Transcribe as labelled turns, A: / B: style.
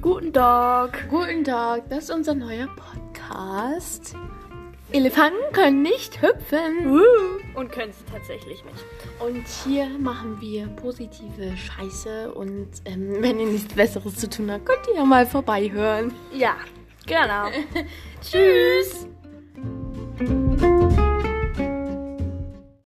A: Guten Tag.
B: Guten Tag, das ist unser neuer Podcast. Elefanten können nicht hüpfen.
A: Und können sie tatsächlich nicht.
B: Und hier machen wir positive Scheiße. Und ähm, wenn ihr nichts Besseres zu tun habt, könnt ihr ja mal vorbeihören.
A: Ja, genau. Tschüss.